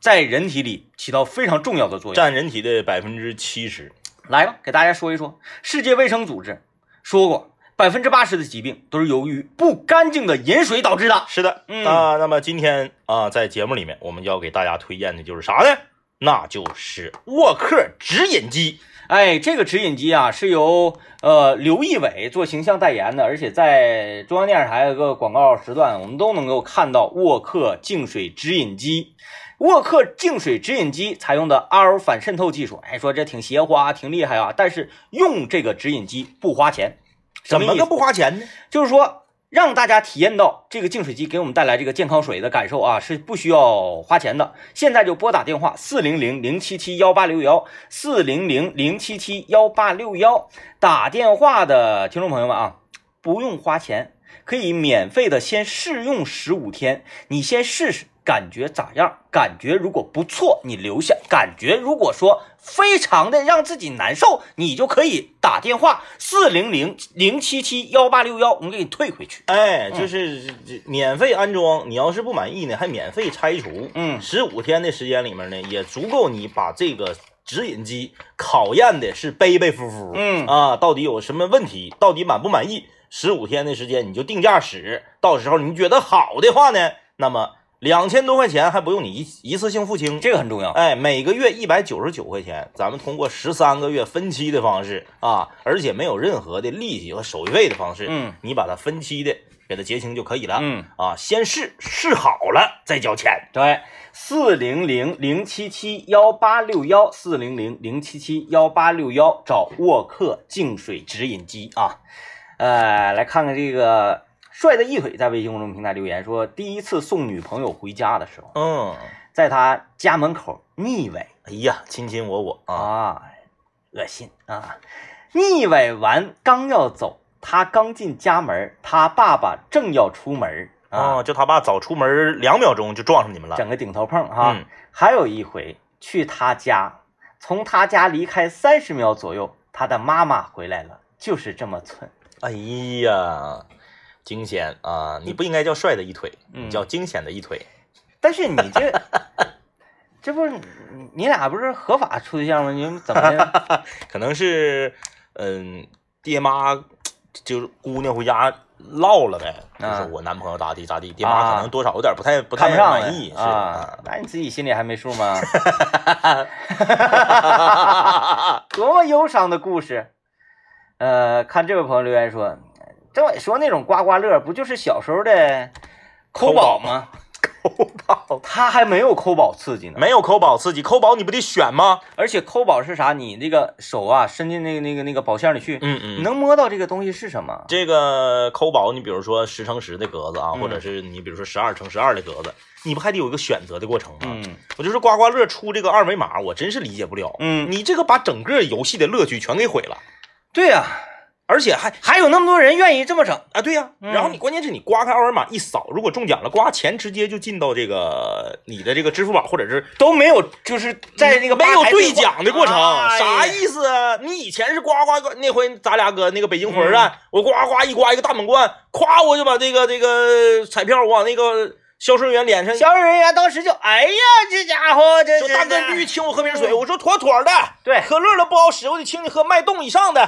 Speaker 1: 在人体里起到非常重要的作用。
Speaker 2: 占人体的百分之七十。
Speaker 1: 来吧，给大家说一说，世界卫生组织说过，百分之八十的疾病都是由于不干净的饮水导致的。
Speaker 2: 是的，
Speaker 1: 嗯
Speaker 2: 那那么今天啊、在节目里面我们要给大家推荐的就是啥呢？那就是沃克直饮机。
Speaker 1: 哎，这个直饮机啊，是由呃刘仪伟做形象代言的，而且在中央电视台有个广告时段，我们都能够看到沃克净水直饮机。沃克净水直饮机采用的阿尔反渗透技术，哎，说这挺邪乎啊，挺厉害啊，但是用这个直饮机不花钱，什
Speaker 2: 怎
Speaker 1: 么
Speaker 2: 么
Speaker 1: 意
Speaker 2: 个
Speaker 1: 思？
Speaker 2: 不花钱呢？
Speaker 1: 就是说让大家体验到这个净水机给我们带来这个健康水的感受啊，是不需要花钱的。现在就拨打电话四零零零七七幺八六幺四零零零七七幺八六幺，打电话的听众朋友们啊，不用花钱，可以免费的先试用十五天，你先试试。感觉咋样？感觉如果不错，你留下；感觉如果说非常的让自己难受，你就可以打电话四零零零七七幺八六幺，我们给你退回去。
Speaker 2: 哎，就是这免费安装，你要是不满意呢，还免费拆除。
Speaker 1: 嗯
Speaker 2: 十五天的时间里面呢，也足够你把这个直饮机考验的是背背夫夫。
Speaker 1: 嗯
Speaker 2: 啊，到底有什么问题？到底满不满意？十五天的时间你就定价使，到时候你觉得好的话呢，那么两千多块钱还不用你一一次性付清。
Speaker 1: 这个很重要。
Speaker 2: 哎，每个月一百九十九块钱，咱们通过十三个月分期的方式啊，而且没有任何的利息和手续费的方式，
Speaker 1: 嗯，
Speaker 2: 你把它分期的给它结清就可以了。
Speaker 1: 嗯，
Speaker 2: 啊，先试试好了再交钱。
Speaker 1: 对，四零零零七七幺八六幺，四零零零七七幺八六幺，找沃克净水直饮机啊。呃，来看看这个帅的一腿在微信公众平台留言说，第一次送女朋友回家的时候，
Speaker 2: 嗯，
Speaker 1: 在她家门口腻歪
Speaker 2: 哎呀，亲亲我我啊，
Speaker 1: 啊，恶心啊！腻歪完刚要走，他刚进家门，他爸爸正要出门啊，
Speaker 2: 啊，就他爸早出门两秒钟就撞上你们了。
Speaker 1: 整个顶头碰哈、
Speaker 2: 嗯
Speaker 1: 还有一回去他家，从他家离开三十秒左右，他的妈妈回来了，就是这么寸。
Speaker 2: 哎呀，惊险啊！你不应该叫帅的一腿，
Speaker 1: 嗯
Speaker 2: 你叫惊险的一腿。
Speaker 1: 但是你这， 这不是你你俩不是合法处对象吗？你们怎么的？
Speaker 2: 可能是嗯，爹妈就是姑娘回家唠了呗，就
Speaker 1: 啊
Speaker 2: 是我男朋友咋地咋地，爹
Speaker 1: 啊
Speaker 2: 妈可能多少有点不太不
Speaker 1: 看
Speaker 2: 太
Speaker 1: 不上
Speaker 2: 满意，
Speaker 1: 呗
Speaker 2: 是
Speaker 1: 啊，那你自己心里还没数 吗？
Speaker 2: 啊
Speaker 1: 多么忧伤的故事。呃，看这位朋友留言说，政委说那种刮刮乐不就是小时候的抠
Speaker 2: 宝
Speaker 1: 宝吗？
Speaker 2: 抠宝
Speaker 1: 他还没有抠宝刺激呢。
Speaker 2: 没有抠宝刺激，抠宝你不得选吗？
Speaker 1: 而且抠宝是啥？你那个手啊伸进那个那个那个宝箱里去，
Speaker 2: 嗯
Speaker 1: 你
Speaker 2: 嗯。
Speaker 1: 能摸到这个东西是什么？
Speaker 2: 这个抠宝，你比如说十乘十的格子啊，
Speaker 1: 嗯
Speaker 2: 或者是你比如说十二乘十二的格子，你不还得有一个选择的过程吗？
Speaker 1: 嗯
Speaker 2: 我就是刮刮乐出这个二维码，我真是理解不了。
Speaker 1: 嗯，
Speaker 2: 你这个把整个游戏的乐趣全给毁了，
Speaker 1: 对呀、
Speaker 2: 而且还
Speaker 1: 还有那么多人愿意这么整。
Speaker 2: 啊，对呀、
Speaker 1: 嗯
Speaker 2: 然后你关键是你刮开二维码一扫，如果中奖了，刮钱直接就进到这个你的这个支付吧，或者是
Speaker 1: 都没有，就是在那个
Speaker 2: 没
Speaker 1: 吧
Speaker 2: 有
Speaker 1: 台
Speaker 2: 兑
Speaker 1: 话
Speaker 2: 奖的过程，
Speaker 1: 哎
Speaker 2: 啥意思啊？你以前是刮刮刮，那回咱俩搁那个北京火车站，我刮刮一刮一个大满贯，夸我就把这个这个彩票往那个销售人员脸上，
Speaker 1: 销售人员当时就，哎呀，这家伙，这
Speaker 2: 说
Speaker 1: 这
Speaker 2: 大哥
Speaker 1: 这
Speaker 2: 必须请我喝瓶水，我说妥妥的。
Speaker 1: 对，
Speaker 2: 可乐都不好使，我得请你喝脉动以上 的，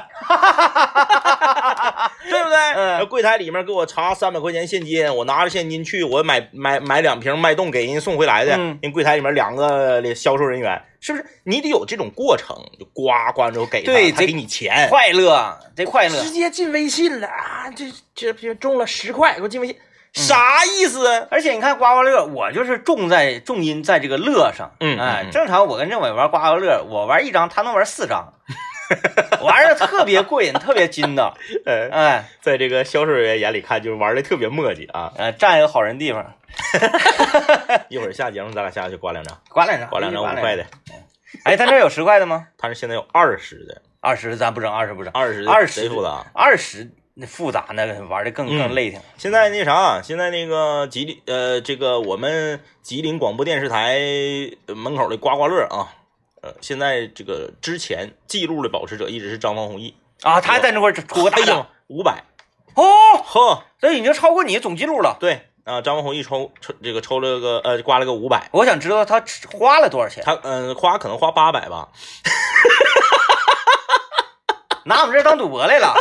Speaker 2: 对不对？
Speaker 1: 嗯
Speaker 2: 柜台里面给我查三百块钱现金，我拿着现金去，我买买买两瓶脉动给人送回来的。
Speaker 1: 嗯
Speaker 2: 人柜台里面两个销售人员，是不是？你得有这种过程，就呱呱之后给他，
Speaker 1: 对
Speaker 2: 他
Speaker 1: 这
Speaker 2: 给你钱，
Speaker 1: 快乐，这快乐
Speaker 2: 直。接进微信了啊！这这这中了十块，给我进微信，啥意思？啊
Speaker 1: 而且你看刮刮乐，我就是重在重音在这个乐上，
Speaker 2: 嗯
Speaker 1: 哎
Speaker 2: 嗯嗯，
Speaker 1: 正常我跟政委玩刮刮乐，我玩一张，他能玩四张， 玩的特别过瘾，特别筋道，
Speaker 2: 呃，
Speaker 1: 哎，
Speaker 2: 在这个销售人员眼里看，就是玩的特别磨叽啊！
Speaker 1: 呃，占一个好人地方，
Speaker 2: 一会儿下节目咱俩下去刮两张，
Speaker 1: 刮两张，
Speaker 2: 刮两张五块
Speaker 1: 的，
Speaker 2: 的。
Speaker 1: 哎，他那儿有十块的吗？
Speaker 2: 他是现在有二十的，
Speaker 1: 二十咱不整，二十不整，
Speaker 2: 二十
Speaker 1: 20
Speaker 2: 谁付的啊？
Speaker 1: 二十那复杂那个玩的更
Speaker 2: 嗯
Speaker 1: 更累挺，
Speaker 2: 现在那啥，现在那个吉林呃，这个我们吉林广播电视台呃门口的刮刮乐啊，呃，现在这个之前记录的保持者一直是张王弘毅，
Speaker 1: 啊，他还在那块儿出个大奖，
Speaker 2: 五百，
Speaker 1: 哦，
Speaker 2: 哎呵，
Speaker 1: 这已经超过你的总记录了。
Speaker 2: 对啊、张王弘毅抽抽这个抽了个呃刮了个五百，
Speaker 1: 我想知道他吃花了多少钱？
Speaker 2: 他嗯、呃、花可能花八百吧，
Speaker 1: 拿我们这儿当赌博来 了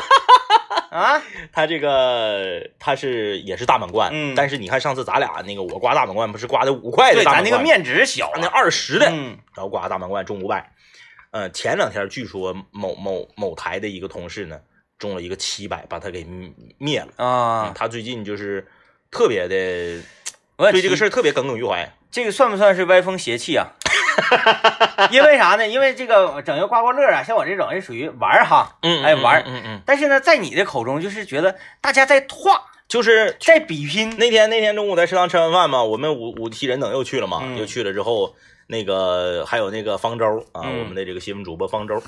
Speaker 1: 啊？
Speaker 2: 他这个他是也是大满贯，
Speaker 1: 嗯
Speaker 2: 但是你看上次咱俩那个我刮大满贯不是刮的五块的
Speaker 1: 对，
Speaker 2: 大
Speaker 1: 咱
Speaker 2: 满
Speaker 1: 那个
Speaker 2: 贯，
Speaker 1: 面值小
Speaker 2: 刮那
Speaker 1: 啊。
Speaker 2: 二十的，
Speaker 1: 嗯
Speaker 2: 然后刮大满贯中五百。呃，前两天据说某某某台的一个同事呢中了一个七百，把他给灭了。嗯
Speaker 1: 啊，
Speaker 2: 他最近就是特别的
Speaker 1: 我
Speaker 2: 对这
Speaker 1: 提
Speaker 2: 个事儿特别耿耿于怀。
Speaker 1: 这个算不算是歪风邪气 啊？因为啥呢？因为这个整个刮刮乐啊，像我这种也属于玩儿哈，
Speaker 2: 嗯
Speaker 1: 哎玩儿
Speaker 2: 嗯嗯嗯，
Speaker 1: 但是呢，在你的口中就是觉得大家在跨，
Speaker 2: 就是
Speaker 1: 在比拼。
Speaker 2: 那天那天中午在食堂吃完饭嘛，我们五五梯人等又去了嘛，
Speaker 1: 嗯
Speaker 2: 又去了之后，那个还有那个方舟啊，
Speaker 1: 嗯
Speaker 2: 我们的这个新闻主播方舟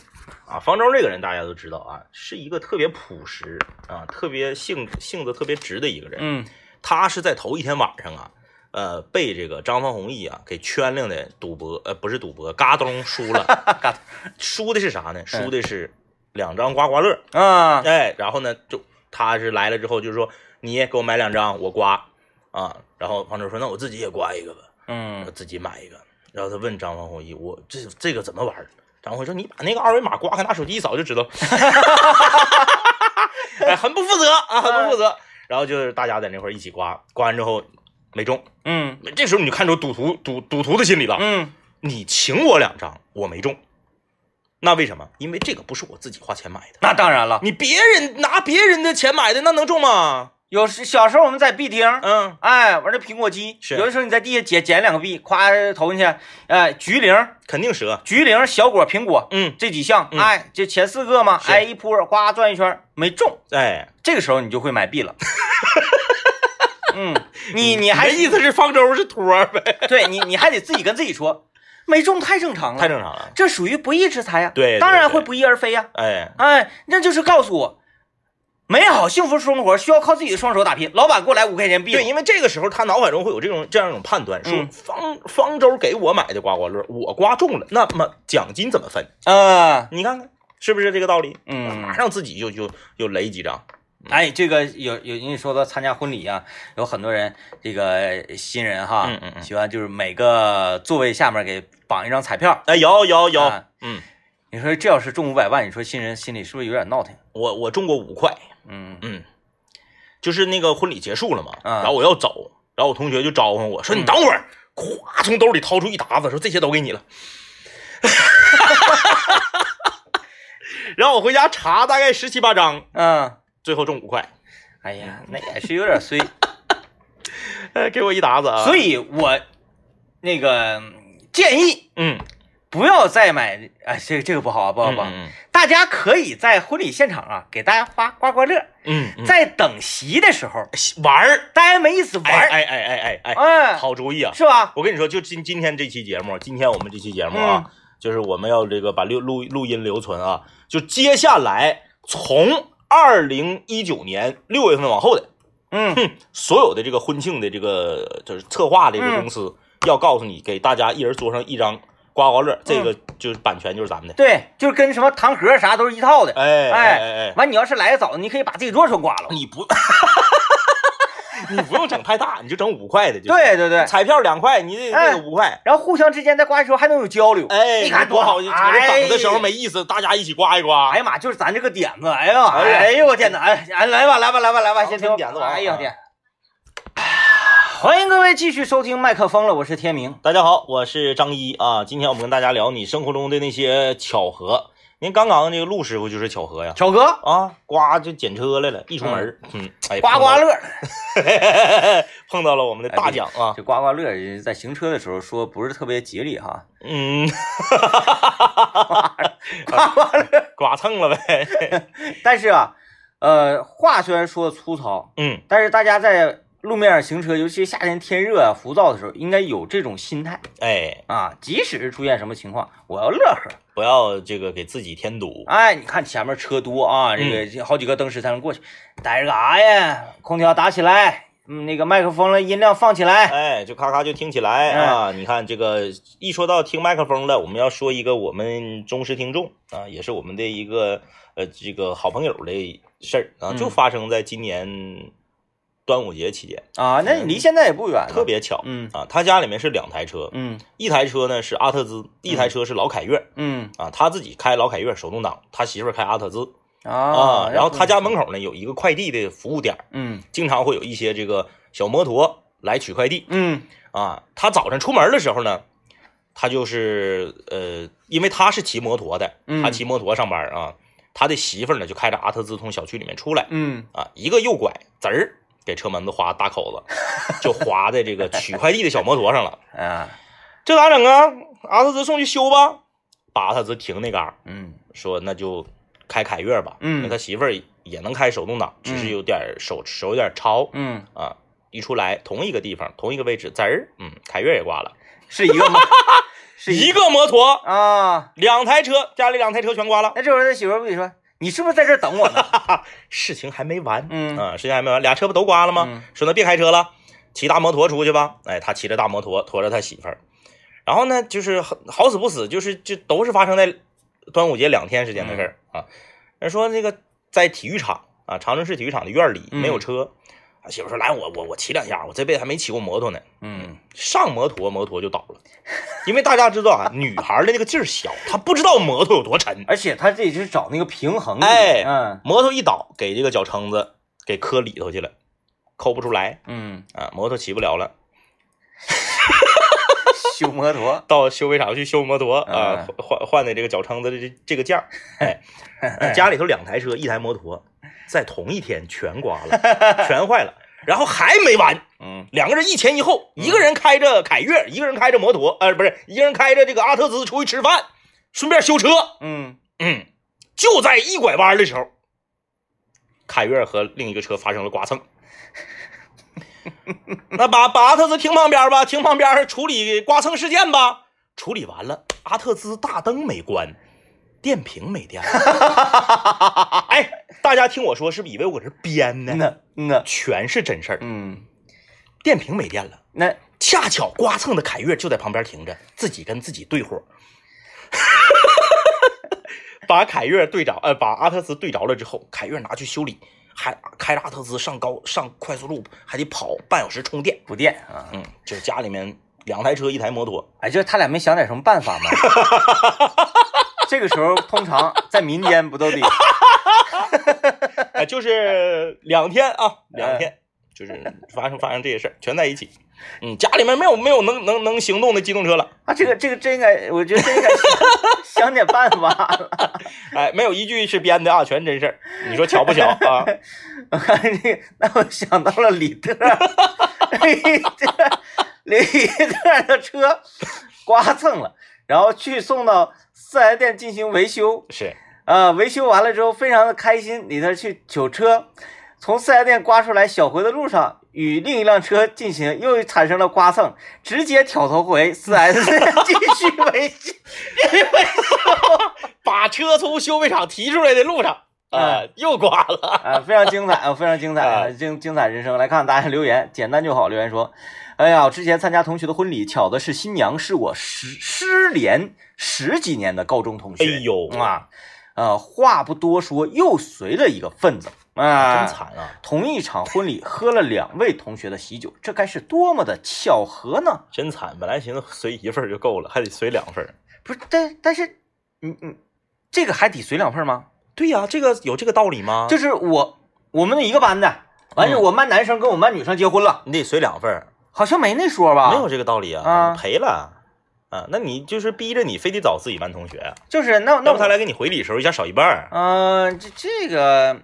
Speaker 2: 啊，方舟这个人大家都知道啊，是一个特别朴实啊，特别性性子特别直的一个人。
Speaker 1: 嗯
Speaker 2: 他是在头一天晚上啊，呃，被这个张方弘毅啊给圈亮的赌博，呃，不是赌博，嘎咚输了，
Speaker 1: 嘎咚嗯
Speaker 2: 输的是啥呢？输的是两张刮刮乐，
Speaker 1: 啊，
Speaker 2: 哎，然后呢，就他是来了之后就说你也给我买两张，我刮啊，然后方舟说那我自己也刮一个吧，我
Speaker 1: 嗯
Speaker 2: 自己买一个，然后他问张方弘毅，我这这个怎么玩儿？张方弘毅说你把那个二维码刮开，拿手机一扫就知道， 哎，很不负责啊，很不负责。然后就是大家在那块儿一起刮，刮完之后没中，
Speaker 1: 嗯
Speaker 2: 这时候你就看出赌徒赌赌徒的心理了，
Speaker 1: 嗯，
Speaker 2: 你请我两张，我没中，那为什么？因为这个不是我自己花钱买的，
Speaker 1: 那当然了。
Speaker 2: 你别人拿别人的钱买的，那能中吗？
Speaker 1: 有时小时候我们在壁厅，
Speaker 2: 嗯，
Speaker 1: 哎，玩那苹果机，
Speaker 2: 是
Speaker 1: 有的时候你在地下捡捡两个币，夸投进去，哎，橘零、
Speaker 2: 肯定折，
Speaker 1: 橘零、小果、苹果
Speaker 2: 嗯，
Speaker 1: 这几项，
Speaker 2: 嗯
Speaker 1: 哎，这前四个嘛，
Speaker 2: 是
Speaker 1: 哎，一扑呱转一圈没中，
Speaker 2: 哎，
Speaker 1: 这个时候你就会买 币了。嗯，你你还
Speaker 2: 你哎的意思是方舟是托儿呗？
Speaker 1: 对你你还得自己跟自己说，没中太正常了，
Speaker 2: 太正常了，
Speaker 1: 这属于不义之财呀、
Speaker 2: 对对
Speaker 1: 当然
Speaker 2: 对
Speaker 1: 会不翼而飞呀、
Speaker 2: 哎，
Speaker 1: 哎，那就是告诉我，美好幸福生活需要靠自己的双手打拼。老板给我来五块钱币，
Speaker 2: 对，因为这个时候他脑海中会有这种这样一种判断，说
Speaker 1: 嗯
Speaker 2: 方方舟给我买的刮刮乐，我刮中了，那么奖金怎么分？
Speaker 1: 啊，
Speaker 2: 你看看是不是这个道理？
Speaker 1: 嗯
Speaker 2: 马上自己就就就雷几张，
Speaker 1: 哎，这个有有，你说到参加婚礼啊，有很多人，这个新人哈，
Speaker 2: 嗯嗯嗯
Speaker 1: 喜欢就是每个座位下面给绑一张彩票。
Speaker 2: 哎，有有有
Speaker 1: 啊，
Speaker 2: 嗯，
Speaker 1: 你说这要是中五百万，你说新人心里是不是有点闹腾？
Speaker 2: 我我中过五块，
Speaker 1: 嗯
Speaker 2: 嗯，就是那个婚礼结束了嘛，
Speaker 1: 啊嗯
Speaker 2: 然后我要走，然后我同学就招呼我说：“你等会儿。”咵，从兜里掏出一沓子，说：“这些都给你了。” 然后我回家查，大概十七八张，
Speaker 1: 嗯，
Speaker 2: 最后中五块。
Speaker 1: 哎呀，那也是有点 衰，
Speaker 2: 啊哎， 给我一沓子啊！
Speaker 1: 所
Speaker 2: 以，
Speaker 1: 以我那个建议
Speaker 2: 嗯，
Speaker 1: 不要再买，哎，这个这个不好啊，不好
Speaker 2: 好
Speaker 1: 不好
Speaker 2: 吧，，嗯
Speaker 1: 大家可以在婚礼现场啊，给大家发刮刮乐，
Speaker 2: 嗯，嗯
Speaker 1: 在等席的时候，
Speaker 2: 玩儿，
Speaker 1: 大家没意思玩
Speaker 2: 哎
Speaker 1: 儿，
Speaker 2: 哎哎哎哎哎，
Speaker 1: 嗯，
Speaker 2: 好主意啊！
Speaker 1: 是吧？
Speaker 2: 我跟你说，就今今天这期节目，今天我们这期节目啊，就是我们要这个把录录录音留存啊，就接下来从二零一九年六月份往后的，
Speaker 1: 嗯，
Speaker 2: 所有的这个婚庆的这个就是策划的这个公司，要告诉你，给大家一人桌上一张刮刮乐，这个就是版权就是咱们的。
Speaker 1: 对，就是跟什么糖盒啥都是一套的。
Speaker 2: 哎
Speaker 1: 哎
Speaker 2: 哎哎，
Speaker 1: 完，你要是来的早，你可以把自己桌全刮了。
Speaker 2: 你不， 你不用整太大，你就整五块的就行。
Speaker 1: 对对对，
Speaker 2: 彩票两块，你这
Speaker 1: 哎
Speaker 2: 这个五块。
Speaker 1: 然后互相之间在刮的时候还能有交流。
Speaker 2: 哎，
Speaker 1: 你看
Speaker 2: 多好！我
Speaker 1: 哎
Speaker 2: 这等的时候没意思，大家一起刮一刮。
Speaker 1: 哎呀妈，就是咱这个点子，哎呀，
Speaker 2: 哎呀
Speaker 1: 哎呦我天哪，哎哎来吧来吧来吧来吧，
Speaker 2: 好
Speaker 1: 先
Speaker 2: 听
Speaker 1: 听
Speaker 2: 点子王
Speaker 1: 哎呀
Speaker 2: 啊
Speaker 1: 天！欢迎各位继续收听麦克风了，我是天明。
Speaker 2: 大家好，我是张一啊。今天我们跟大家聊你生活中的那些巧合。您刚刚这个陆师傅就是巧合呀，
Speaker 1: 巧哥，
Speaker 2: 啊，呱就捡车来了，一出门儿，嗯，哎，
Speaker 1: 刮刮
Speaker 2: 碰到
Speaker 1: 乐，
Speaker 2: 碰到了我们的大奖啊，
Speaker 1: 这刮刮乐在行车的时候说不是特别吉利哈，
Speaker 2: 嗯，哎
Speaker 1: 刮刮乐。
Speaker 2: 刮蹭了呗，
Speaker 1: 但是啊，呃，话虽然说粗糙，
Speaker 2: 嗯，
Speaker 1: 但是大家在路面上行车，尤其夏天天热啊、浮躁的时候，应该有这种心态
Speaker 2: 哎，
Speaker 1: 啊。即使是出现什么情况，我要乐呵。
Speaker 2: 不要这个给自己添堵，
Speaker 1: 哎，你看前面车多啊，这个这好几个灯时才能过去，待着干啥呀？空调打起来，嗯，那个麦克风的音量放起 来。
Speaker 2: 哎，就咔咔就听起来
Speaker 1: 哎
Speaker 2: 啊。你看这个一说到听麦克风了，我们要说一个我们忠实听众啊，也是我们的一个呃这个好朋友的事儿啊，
Speaker 1: 嗯
Speaker 2: 就发生在今年端午节期间，
Speaker 1: 啊，那你离现在也不远了，
Speaker 2: 特别巧
Speaker 1: 嗯
Speaker 2: 啊。他家里面是两台车，
Speaker 1: 嗯
Speaker 2: 一台车呢是阿特兹，一台车是老凯越。
Speaker 1: 嗯
Speaker 2: 啊，他自己开老凯越手动挡，他媳妇儿开阿特兹
Speaker 1: 啊
Speaker 2: 然后他家门口呢有一个快递的服务点儿，
Speaker 1: 嗯
Speaker 2: 经常会有一些这个小摩托来取快递
Speaker 1: 嗯
Speaker 2: 啊。他早晨出门的时候呢，他就是呃，因为他是骑摩托的，
Speaker 1: 嗯
Speaker 2: 他骑摩托上班儿啊，他的媳妇儿呢就开着阿特兹从小区里面出来
Speaker 1: 嗯
Speaker 2: 啊，一个右拐，滋儿给车门子划大口子，就划在这个取快递的小摩托上了。
Speaker 1: 啊
Speaker 2: 这咋整啊？阿特兹送去修吧，把阿特兹停那嘎儿。
Speaker 1: 嗯
Speaker 2: 说那就开凯越吧，
Speaker 1: 嗯
Speaker 2: 因为他媳妇儿也能开手动挡，只是有点儿手手有点儿潮
Speaker 1: 嗯，
Speaker 2: 啊。一出来同一个地方同一个位置，滋儿，嗯，凯越也挂了，
Speaker 1: 是一个吗？是
Speaker 2: 一
Speaker 1: 一
Speaker 2: 个摩托，
Speaker 1: 啊。
Speaker 2: 两台车，家里两台车全刮了。
Speaker 1: 那这会儿他媳妇儿不得说，你是不是在这儿等我呢？
Speaker 2: 事情还没完，
Speaker 1: 嗯
Speaker 2: 啊，事情还没完，俩车不都刮了吗？
Speaker 1: 嗯
Speaker 2: 说那别开车了，骑大摩托出去吧。哎，他骑着大摩托驮着他媳妇儿，然后呢，就是好好死不死，就是就都是发生在端午节两天时间的事
Speaker 1: 嗯
Speaker 2: 儿、啊。人说那个在体育场啊，长春市体育场的院里
Speaker 1: 嗯
Speaker 2: 没有车，他媳妇说来我我我骑两下，我这辈子还没骑过摩托呢。
Speaker 1: 嗯，
Speaker 2: 上摩托摩托就倒了，因为大家知道啊，女孩儿的那个劲儿小，她不知道摩托有多沉，
Speaker 1: 而且他这也是找那个平衡力，
Speaker 2: 哎
Speaker 1: 嗯
Speaker 2: 摩托一倒，给这个脚撑子给磕里头去了，抠不出来
Speaker 1: 嗯，
Speaker 2: 啊，摩托骑不了了，
Speaker 1: 修摩托，
Speaker 2: 到修理厂去修摩托啊
Speaker 1: 嗯，
Speaker 2: 换换的这个脚撑子的这这个件儿，哎，那家里头两台车，一台摩托，在同一天全刮了，全坏了，然后还没完，
Speaker 1: 嗯
Speaker 2: 两个人一前一后，一个人开着凯越，一个人开着摩托，呃，不是，一个人开着这个阿特兹出去吃饭，顺便修车，
Speaker 1: 嗯
Speaker 2: 嗯，就在一拐弯的时候，凯越和另一个车发生了刮蹭。 那把把阿特兹停旁边吧，停旁边处理刮蹭事件吧。处理完了，阿特兹大灯没关，电瓶没电了。 哎，大家听我说，是不是以为我这是编呢？
Speaker 1: 那那
Speaker 2: 全是真事儿，
Speaker 1: 嗯
Speaker 2: 电瓶没电了。
Speaker 1: 那
Speaker 2: 恰巧刮蹭的凯越就在旁边停着，自己跟自己对火， 把凯越对着，呃，把阿特兹对着了之后，凯越拿去修理，还开着阿特兹上高上快速路，还得跑半小时充电。
Speaker 1: 不电啊，
Speaker 2: 嗯，就家里面两台车，一台摩托，
Speaker 1: 哎，就他俩没想点什么办 法吗？这个时候通常在民间不都 得
Speaker 2: 哎、就是两天啊，两天，就是发生发生这些事儿，全在一起。嗯，家里面没有没有能能能行动的机动车了，
Speaker 1: 啊，这个这个真应该，我觉得真应该想点办法 了。
Speaker 2: 哎，没有一句是编的啊，全真事儿。你说巧不巧啊？
Speaker 1: 我看这个，那我想到了李特， 李特，李特的车刮蹭了，然后去送到四 S 店进行维修。
Speaker 2: 是，
Speaker 1: 啊，维修完了之后非常的开心，李特去取车，从四 S 店刮出来，小回的路上与另一辆车进行又产生了刮蹭，直接挑头回四 S 店继续维修。
Speaker 2: 把车从修配厂提出来的路上啊、又刮了。
Speaker 1: 啊，非常精彩啊，非常精彩
Speaker 2: 啊
Speaker 1: 啊，精精彩人生。来看大家留言，简单就好。留言说，哎呀，我之前参加同学的婚礼，巧的是新娘是我失失联十几年的高中同学。
Speaker 2: 哎呦
Speaker 1: 啊，呃，话不多说，又随了一个份子啊，
Speaker 2: 真惨啊！
Speaker 1: 同一场婚礼喝了两位同学的喜酒，这该是多么的巧合呢？
Speaker 2: 真惨！本来寻思随一份儿就够了，还得随两份儿。
Speaker 1: 不是，但但是，嗯嗯，这个还得随两份吗？
Speaker 2: 对呀、这个有这个道理吗？
Speaker 1: 就是我我们一个班的，完事
Speaker 2: 嗯
Speaker 1: 我们班男生跟我们班女生结婚了，
Speaker 2: 你得随两份儿，
Speaker 1: 好像没那说吧？
Speaker 2: 没有，这个道理啊，
Speaker 1: 啊
Speaker 2: 赔了啊！那你就是逼着你非得找自己班同学啊，
Speaker 1: 就是那那
Speaker 2: 要
Speaker 1: 我
Speaker 2: 不他来给你回礼的时候一下少一半儿，
Speaker 1: 嗯、这这个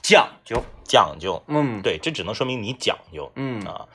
Speaker 1: 讲究，
Speaker 2: 讲究。
Speaker 1: 嗯，，
Speaker 2: 对，这只能说明你讲究
Speaker 1: 嗯
Speaker 2: 啊。